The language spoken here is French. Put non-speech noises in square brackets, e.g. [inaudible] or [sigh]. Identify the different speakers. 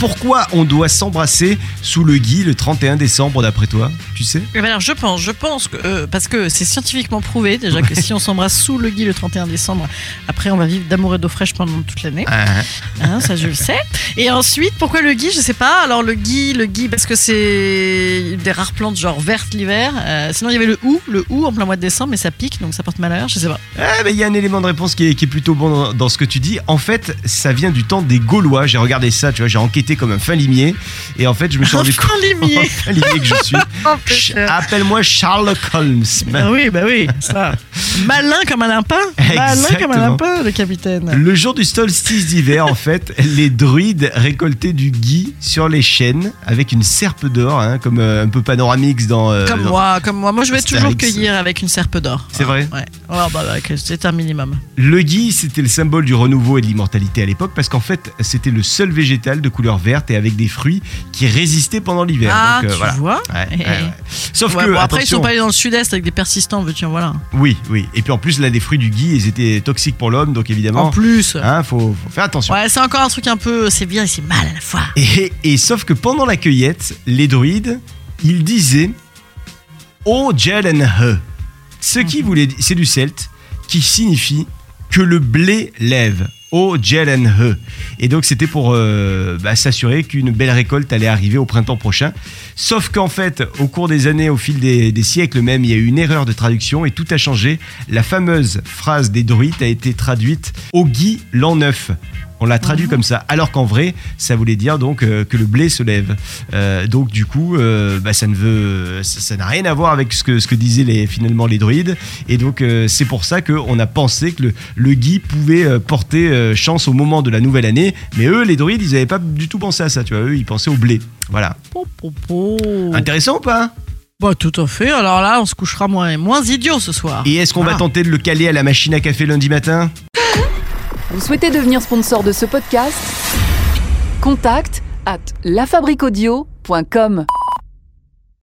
Speaker 1: Pourquoi on doit s'embrasser sous le gui le 31 décembre d'après toi Tu sais
Speaker 2: Eh ben Alors je pense, je pense que euh, parce que c'est scientifiquement prouvé déjà que si on s'embrasse sous le gui le 31 décembre, après on va vivre d'amour et d'eau fraîche pendant toute l'année. Hein, ça je le sais. Et ensuite, pourquoi le gui Je sais pas. Alors le gui, le gui parce que c'est des rares plantes genre vertes l'hiver. Euh, sinon il y avait le hou, le hou en plein mois de décembre, mais ça pique donc ça porte malheur. Je sais pas.
Speaker 1: Ah, mais il y a un élément de réponse qui est, qui est plutôt bon dans, dans ce que tu dis. En fait, ça vient du temps des Gaulois. J'ai regardé ça, tu vois, j'ai enquêté comme un fin limier. Et en fait, je me suis rendu
Speaker 2: Enfin,
Speaker 1: compte. [laughs]
Speaker 2: limier.
Speaker 1: Fin limier que
Speaker 2: [laughs]
Speaker 1: je suis.
Speaker 2: Oh,
Speaker 1: Ch-
Speaker 2: putain.
Speaker 1: Appelle-moi Sherlock Holmes.
Speaker 2: Ah oui, bah oui, ça. Malin comme un lapin. Malin comme un
Speaker 1: Exactement.
Speaker 2: lapin, le capitaine.
Speaker 1: Le jour du solstice d'hiver, en fait, les druides récoltaient du gui sur les chênes avec une serpe d'or, hein, comme euh, un peu panoramix dans. euh,
Speaker 2: Comme
Speaker 1: dans-
Speaker 2: moi, comme moi. Moi, je vais
Speaker 1: Astérix.
Speaker 2: toujours cueillir avec une serpe d'or.
Speaker 1: C'est vrai
Speaker 2: Ouais. Alors, bah, bah, que c'est un minimum.
Speaker 1: Le gui, c'était le symbole du renouveau et de l'immortalité à l'époque parce qu'en fait, c'était le seul végétal de couleur verte et avec des fruits qui résistaient pendant l'hiver.
Speaker 2: ah,
Speaker 1: Donc, euh,
Speaker 2: tu
Speaker 1: voilà.
Speaker 2: vois
Speaker 1: Ouais,
Speaker 2: Eh,
Speaker 1: ouais, ouais. Sauf
Speaker 2: ouais,
Speaker 1: que
Speaker 2: bon, Après, ils
Speaker 1: attention,
Speaker 2: sont pas allés dans le sud-est avec des persistants, veux-tu en voilà.
Speaker 1: oui, oui. Et puis en plus, là, des fruits du gui, ils étaient toxiques pour l'homme, donc
Speaker 2: En
Speaker 1: évidemment,
Speaker 2: plus.
Speaker 1: hein, faut, faut faire attention.
Speaker 2: Ouais, c'est encore un truc un peu. C'est bien et c'est mal à la fois.
Speaker 1: Et, et sauf que pendant la cueillette, les druides, ils disaient Oh Jalen He. Ce qui voulait dire, c'est du celte, qui signifie que le blé lève. Oh Jalen He. Et donc c'était pour euh, bah, s'assurer qu'une belle récolte allait arriver au printemps prochain. Sauf qu'en fait, au cours des années, au fil des, des siècles même, il y a eu une erreur de traduction et tout a changé. La fameuse phrase des druides a été traduite au gui l'an neuf. On l'a traduit comme ça, alors qu'en vrai, ça voulait dire donc euh, que le blé se lève. Euh, donc du coup, euh, bah, ça ne veut, ça ça n'a rien à voir avec ce que ce que disaient les, finalement les druides. Et donc euh, c'est pour ça qu'on a pensé que le, le gui pouvait euh, porter euh, chance au moment de la nouvelle année. Mais eux, les druides, ils n'avaient pas du tout pensé à ça. Tu vois, eux, ils pensaient au blé. Voilà.
Speaker 2: Po, po, po.
Speaker 1: Intéressant ou pas
Speaker 2: Bah, tout à fait. Alors là, on se couchera moins, moins idiot ce soir.
Speaker 1: Et est-ce qu'on va
Speaker 2: Ah.
Speaker 1: tenter de le caler à la machine à café lundi matin
Speaker 3: Vous souhaitez devenir sponsor de ce podcast Contact à lafabriquaudio.com.